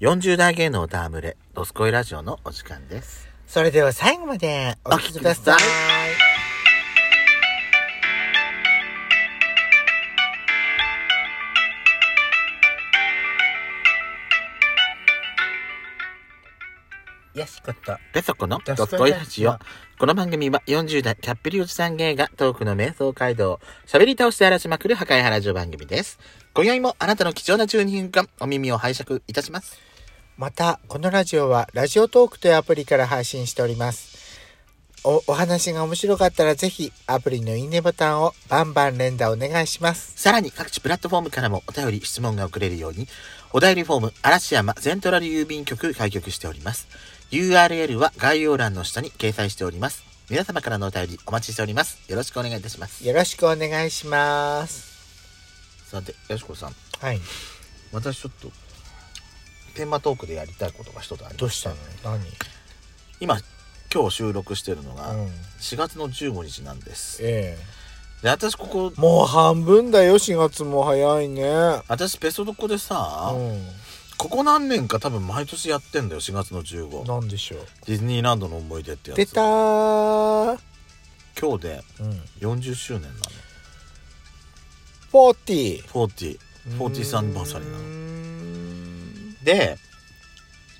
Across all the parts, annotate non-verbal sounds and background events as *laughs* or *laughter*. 40代芸能ダームレ、ドスコイラジオのお時間です。それでは最後までお聞きくださいお聞きくだ。よしこと。ペソコのドドススココイイララジジオオ。この番組は40代キャッピリおじさん芸がトークの瞑想街道を喋り倒して荒らしまくる破壊原ラジオ番組です。今宵もあなたの貴重な12分間、お耳を拝借いたします。また、このラジオは、ラジオトークというアプリから配信しております。お、お話が面白かったらぜひ、アプリのいいねボタンをバンバン連打お願いします。さらに各地プラットフォームからもお便り質問が送れるように、お便りフォーム嵐山セントラル郵便局開局しております。URL は概要欄の下に掲載しております。皆様からのお便りお待ちしております。よろしくお願いいたします。よろしくお願いします。さて、よしこさん、はい。私ちょっと、テーマトークでやりたいことが一つありますどうしたの今、今日収録してるのが何うん。 4月の15日なんです。ええ。で、私ここ、もう半分だよ、4月も早いね。私ペソドコでさ、うここ何年か多分毎年やってんだよ、4月の15ん。。なんでしょう。ディズニーランドの思い出ってやつ出たー。今日でうん。 40周年なの40。 40 40アニバーサリーなのの。で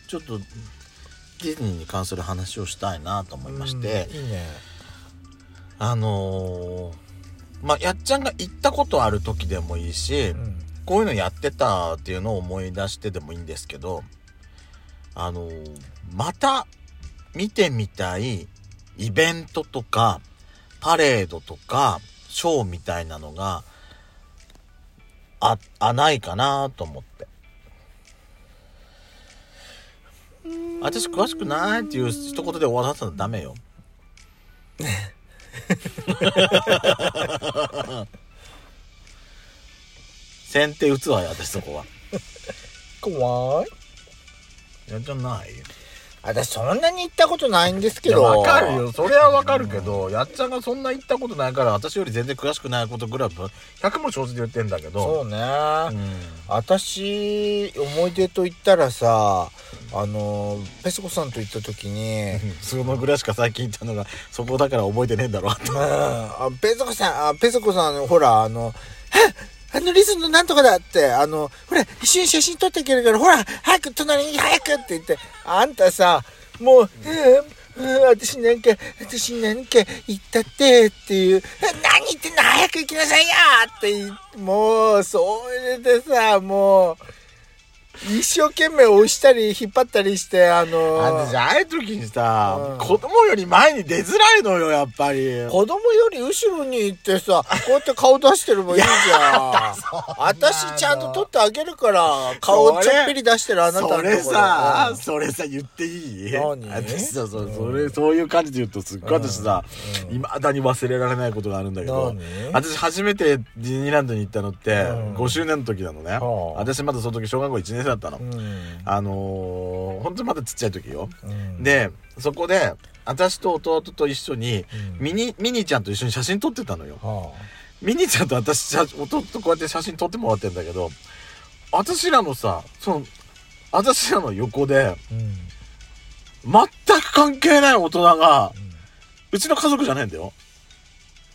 ちょっとディズニーに関する話をしたいなと思いましてうんいいね。あのーまあやっちゃんが行ったことある時でもいいし、うん。こういうのやってたっていうのを思い出してでもいいんですけどあのーまた見てみたいイベントとかパレードとかショーみたいなのがああないかなと思って私詳しくないっていう一言で終わらせたらダメよ先手打つわよ私そこは怖い。やっちゃんない私そんなに行ったことないんですけいやど。わかる。よそれはわかるけど、やっちゃんがそんな言ったことないから私より全然詳しくないことぐらいぶ100も承知で言ってんだけそどうね。ん私思い出と言ったらさ、あのペスコさんと行った時に。そのぐらいしか最近言ったのがそこだから覚えてねえんだろううんあペソコさん、あペソコさん、ほら、あの、えあのリズのなんとかだって、あの、ほら、一緒に写真撮っていけるから、ほら、早く隣に早くって言って、あんたさ、もう、うんうん私なんか、私なんか言ったってっていう、え何言ってんの早く行きなさいよって言いもう、それでさ、もう、一生懸命押したり引っ張ったりして、あの、私ああいう時にさ、うん子供より前に出づらいのよやっぱり子供より後ろに行ってさ、こうやって顔出してればいいじゃん。私ちゃんと撮ってあげるから、顔そをれちょっぴり出してるあなたのとそころ。れさ、うんそれさ言っていい何私さそうんそれ、そういう感じで言うとすっごい私さいま、未だに忘れられないことがあるんだけど何私初めてディズニーランドに行ったのってうん5周年の時なのね、はあ私まだその時小学校1年生だったの、うんあのー、本当にまだちっちゃい時よ、うんでそこで私と弟と一緒に、うんミニミニーちゃんと一緒に写真撮ってたのよはミニーちゃんと私写弟とこうやって写真撮ってもらってんだけど私らのさその私らの横であうん全く関係ない大人が、うちの家族じゃねえんだよ。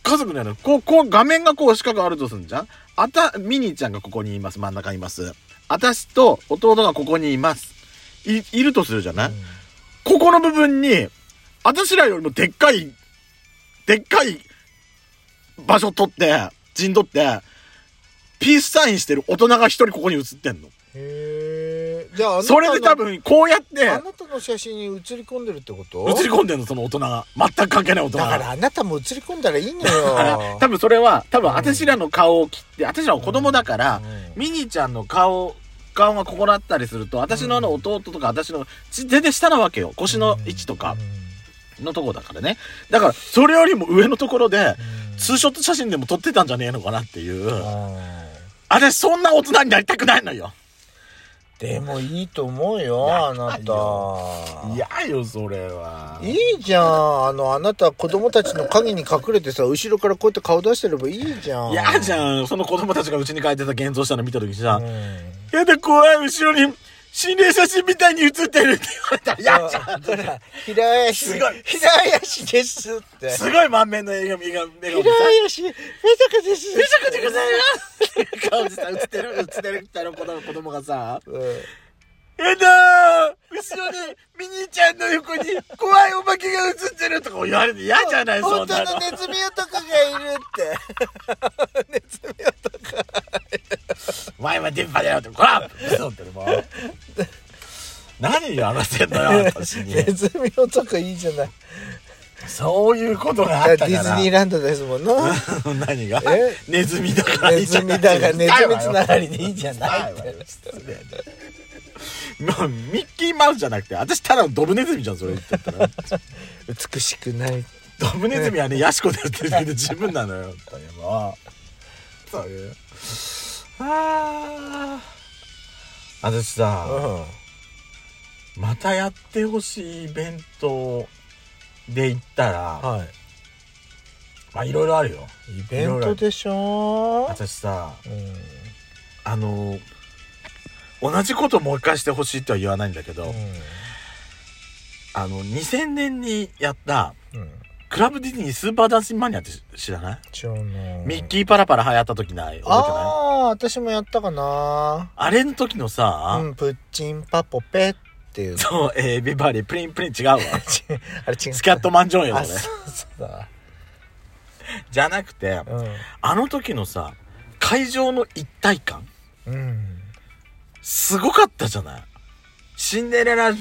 家族じゃない。こう、こう、画面がこう四角あるとするんじゃんあた、ミニーちゃんがここにいます。真ん中にいます。私と弟がここにいます。い、いるとするじゃない、ここの部分に、私らよりもでっかい、でっかい場所取って、陣取って、ピースサインしてる大人が一人ここに映ってんの。へえ。じゃああなたその、れで多分、こうやって、あなたの写真に写り込んでるってこと映り込んでんの、その大人が。全く関係ない大人だが。からあなたも写り込んだらいいのから *laughs* よ。多分それは多分私らの顔を切って私らは子供だから、うんミニーちゃんの顔顔がここだったりすると私のあの弟とか私のち全然下なわけよ腰の位置とかのとこだからねだからそれよりも上のところでツーショット写真でも撮ってたんじゃねえのかなっていううんうん私そんな大人になりたくないのよでもいいと思うよ、やあなた。嫌よそれはいいじゃん。あの、あなた子供たちの影に隠れてさ、後ろからこうやって顔出してればいいじゃん。嫌じん。ゃんその子供たちがうちに帰ってた現像したの見た時さうんやだ怖い後ろに心霊写真みたいに写ってるって言われたら、やっちゃうほら、平林、すごい平林ですって。すごい満面の笑顔、笑顔、笑平顔でさ。林、めちゃくちゃです。めちゃくちゃくざいますっていう顔でさ、映ってる、映ってるみたいな子供子供がさ、うんやだー後ろにミニちゃんの横に怖いお化けが映ってるとか言われて嫌じゃない、そ本んな当のの。ネズミ男がいるって。ネズミ男。お前は電波だよって、こらそうってもう。何やらせんのよ、私に。ネズミ男いいじゃない。そういうことがあだったからデかィズら。ニーランドですもんな。 *laughs* 何がえネズミだからいネいじズゃなミいだがネズミつながりでいいじゃないって。もうミッキーマウスじゃなくて私ただのドブネズミじゃんそれ言ってたら美しくない。 *laughs* ドブネズミはねヤシコでやってるけど自分なのよ本当にもうそういうあー私さうまたやってほしいイベントで行ったん。らはまあいろいろあるよい。イベントでしょ。私さうん。あの同じこともう一回してほしいとは言わないんだけど、あの2000年にやったうん。クラブディズニースーパーダンスマニアって知らない、一応の。ミッキーパラパラ流行った時ない覚えてないああ、私もやったかな。あれの時のさ、うん、プッチンパポペっていう。そう、えー、ビバリー、プリンプリン違うわ。 *laughs* あれ違う。スキャットマンジョンよ、あ、そそれうそうだ。じゃなくて、あの時のさ、会場の一体感、うん。うん。すごかったじゃないシンデレラ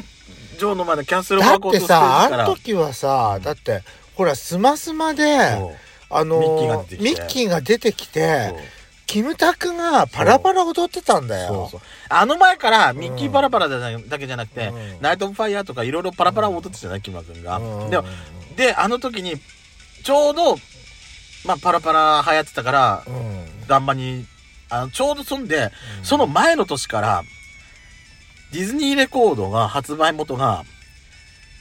城の前のキャンセルだ方っ向てとステーさジかあら。の時はさだってほらスマスマでそうあのミッキーが出てきてミッキーが出てきてそうキムタクがパラパラ踊ってたんだそうよそうあの前からミッキーパラパラだ,、だけじゃなくて、うんナイト・オブ・ファイヤーとかいろいろパラパラ踊ってたじゃない木村君が、うんでであの時にちょうど、まあ、パラパラ流行ってたからうん談場にあのちょうどそんで、その前の年からディズニーレコードが発売元が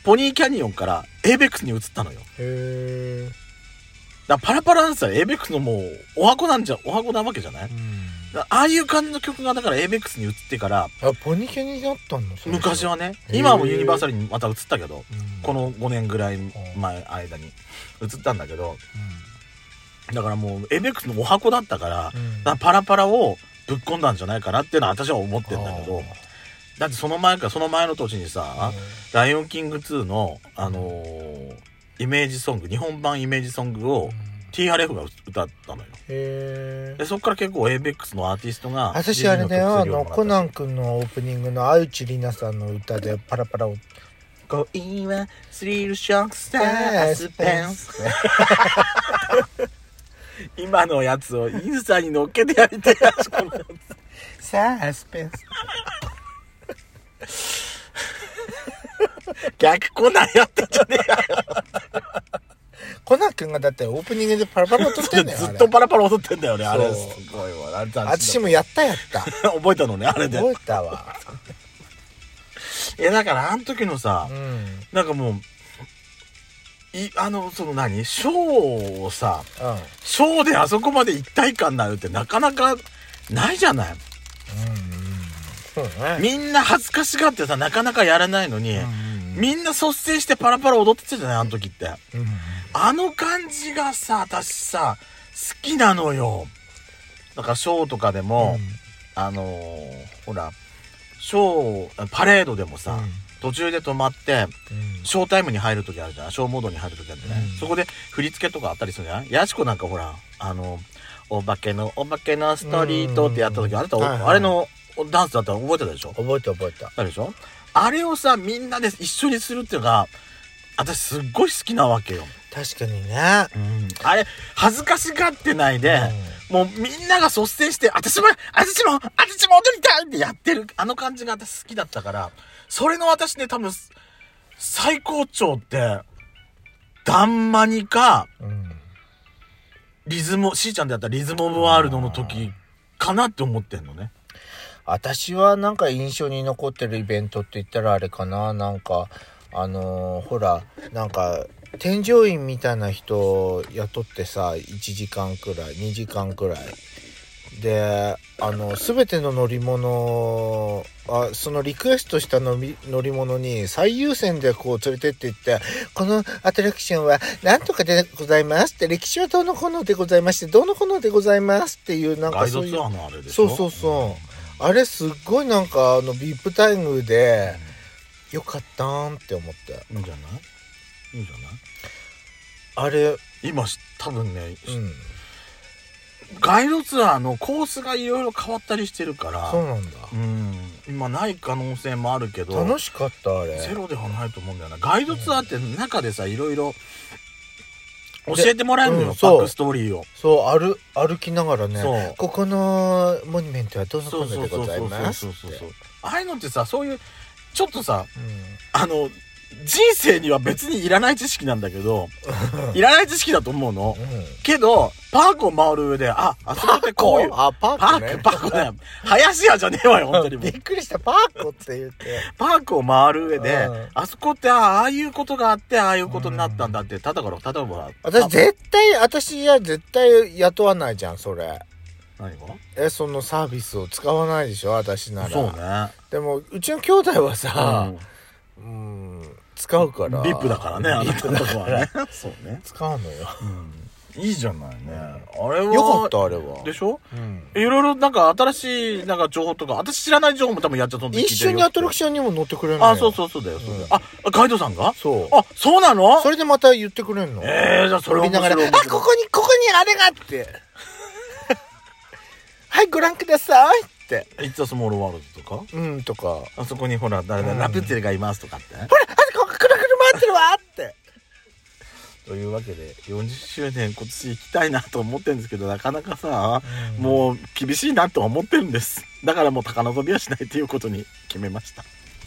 ポニーキャニオンからエイベックスに移ったのよへえだからパラパラなんですよエイベックスのもうお箱なんじゃお箱なわけじゃない、だからああいう感じの曲がだからエイベックスに移ってからあポニキャニだったんだそれ昔はねへー今はもうユニバーサルにまた移ったけどうんこの5年ぐらい前間に移ったんだけどだからもうエイベックスのお箱だったからうだんからパラパラをぶっ込んだんじゃないかなっていうのは私は思ってんだけあどーだってその前かその前の年にさうん「ライオンキング2」のあのーイメージソング日本版イメージソングを TRF が歌ったのよへえでそっから結構エイベックスのアーティストが私あれだよ自あ由にの歌ってコナン君のオープニングの内里奈さんの歌でパラパラを恋はスリルショックスタースペン *laughs* ス今のやつをインスタに乗っけてやりたいやつサスペンス逆コナンやってんじゃねコナン君がだってオープニングでパラパラ踊ってんえだよよずあっれとパラパラ踊ってんだよねあれそうすごいわあれ斬私新もやったやっただ覚えたのねあれで覚えたわいやだからあの時のさうんなんかもういあのその何ショーをさうショーであそこまで一体感になるってなかなかないじゃないんうんそうねみんな恥ずかしがってさなかなかやらないのに、んみんな率先してパラパラ踊ってたじゃないあの時ってうんあの感じがさ私さ好きなのよだからショーとかでも、あのーほらショーパレードでもさ、うん途中で止まってうんショータイムに入る時あるじゃないショーモードに入る時あるじゃない、うんそこで振り付けとかあったりするじゃないやしこなんかほらあのお化けのお化けのストリートってやった時、うんあなた、はいはいあれのダンスだったら覚えてたでしょ覚えた覚えたあるでしょあれをさみんなで一緒にするっていうのが私すっごい好きなわけよ、確かにねあれ恥ずかしがってないで、もうみんなが率先して「私も私も私も踊りたい!」ってやってるあの感じが私好きだったからそれの私ね多分最高潮ってダンマニかうんリズムしーちゃんでやったリズム・オブ・ワールドの時かなって思ってんのね私はなんか印象に残ってるイベントって言ったらあれかななんかあのーほらなんか添乗員みたいな人を雇ってさ1時間くらい2時間くらいであの全ての乗り物あそのリクエストした乗り乗り物に最優先でこう連れてっていって「このアトラクションは何とかでございます」って「歴史はどうのこうのでございましてどうのこうのでございます」っていうなんガかイそドういツうアーのあれでしそょうそうそうあれすっごいなんかあの VIP 待遇でよかったーんって思ってうんいいんじゃないいいんじゃないあれ今し多分ね、うんガイドツアーのコースがいろいろ変わったりしてるからそうなんだうん今ない可能性もあるけど楽しかったあれゼロではないと思うんだよなガイドツアーって中でさいろいろ教えてもらえるのよ、うんバそうックストーリーをそう歩歩きながらねそうここのモニュメントはどうのこそううそのでうそごうそざいうそますうっそうてそうああいうのってさそういうちょっとさうんあの人生には別にいらない知識なんだけどいらない知識だと思うのうんけどパークを回る上でああそこってこういうあパパークーねクパークだよ林家じゃねえわよ本当にもびうっくりしたパークって言ってパークを回る上でうんあそこってあああいうことがあってああいうことになったんだってただから例えば私絶対私は絶対雇わないじゃんそれ何がえそのサービスを使わないでしょ私ならそうねでもうちの兄弟はあさ、うん、使うからビップだからねあビなッたプのだとかこはらねそうね使うのよいいじゃないねあれはよかったあれはでしょうんいろいろなんか新しいなんか情報とか私知らない情報も多分やっちゃったんで聞い一て緒るよにアトラクションにも乗ってくれるのよあそうそうそうだよそうだよ、うんあガイドさんがそうあそうなのそれでまた言ってくれんのえー、じゃあそれ見面なが白ら「いあ面白いここにここにあれが」って *laughs* 「はいご覧ください」って「イッツ・ア・スモール・ワールド」とかうんとか「ほらあそこにほら誰だ、うんラプツェルがいますとかってあそこくるくる回ってるわ」ってというわけで40周年今年行きたいなと思ってるんですけどなかなかさ、もう厳しいなとは思ってるんですだからもう高望みはしないということに決めました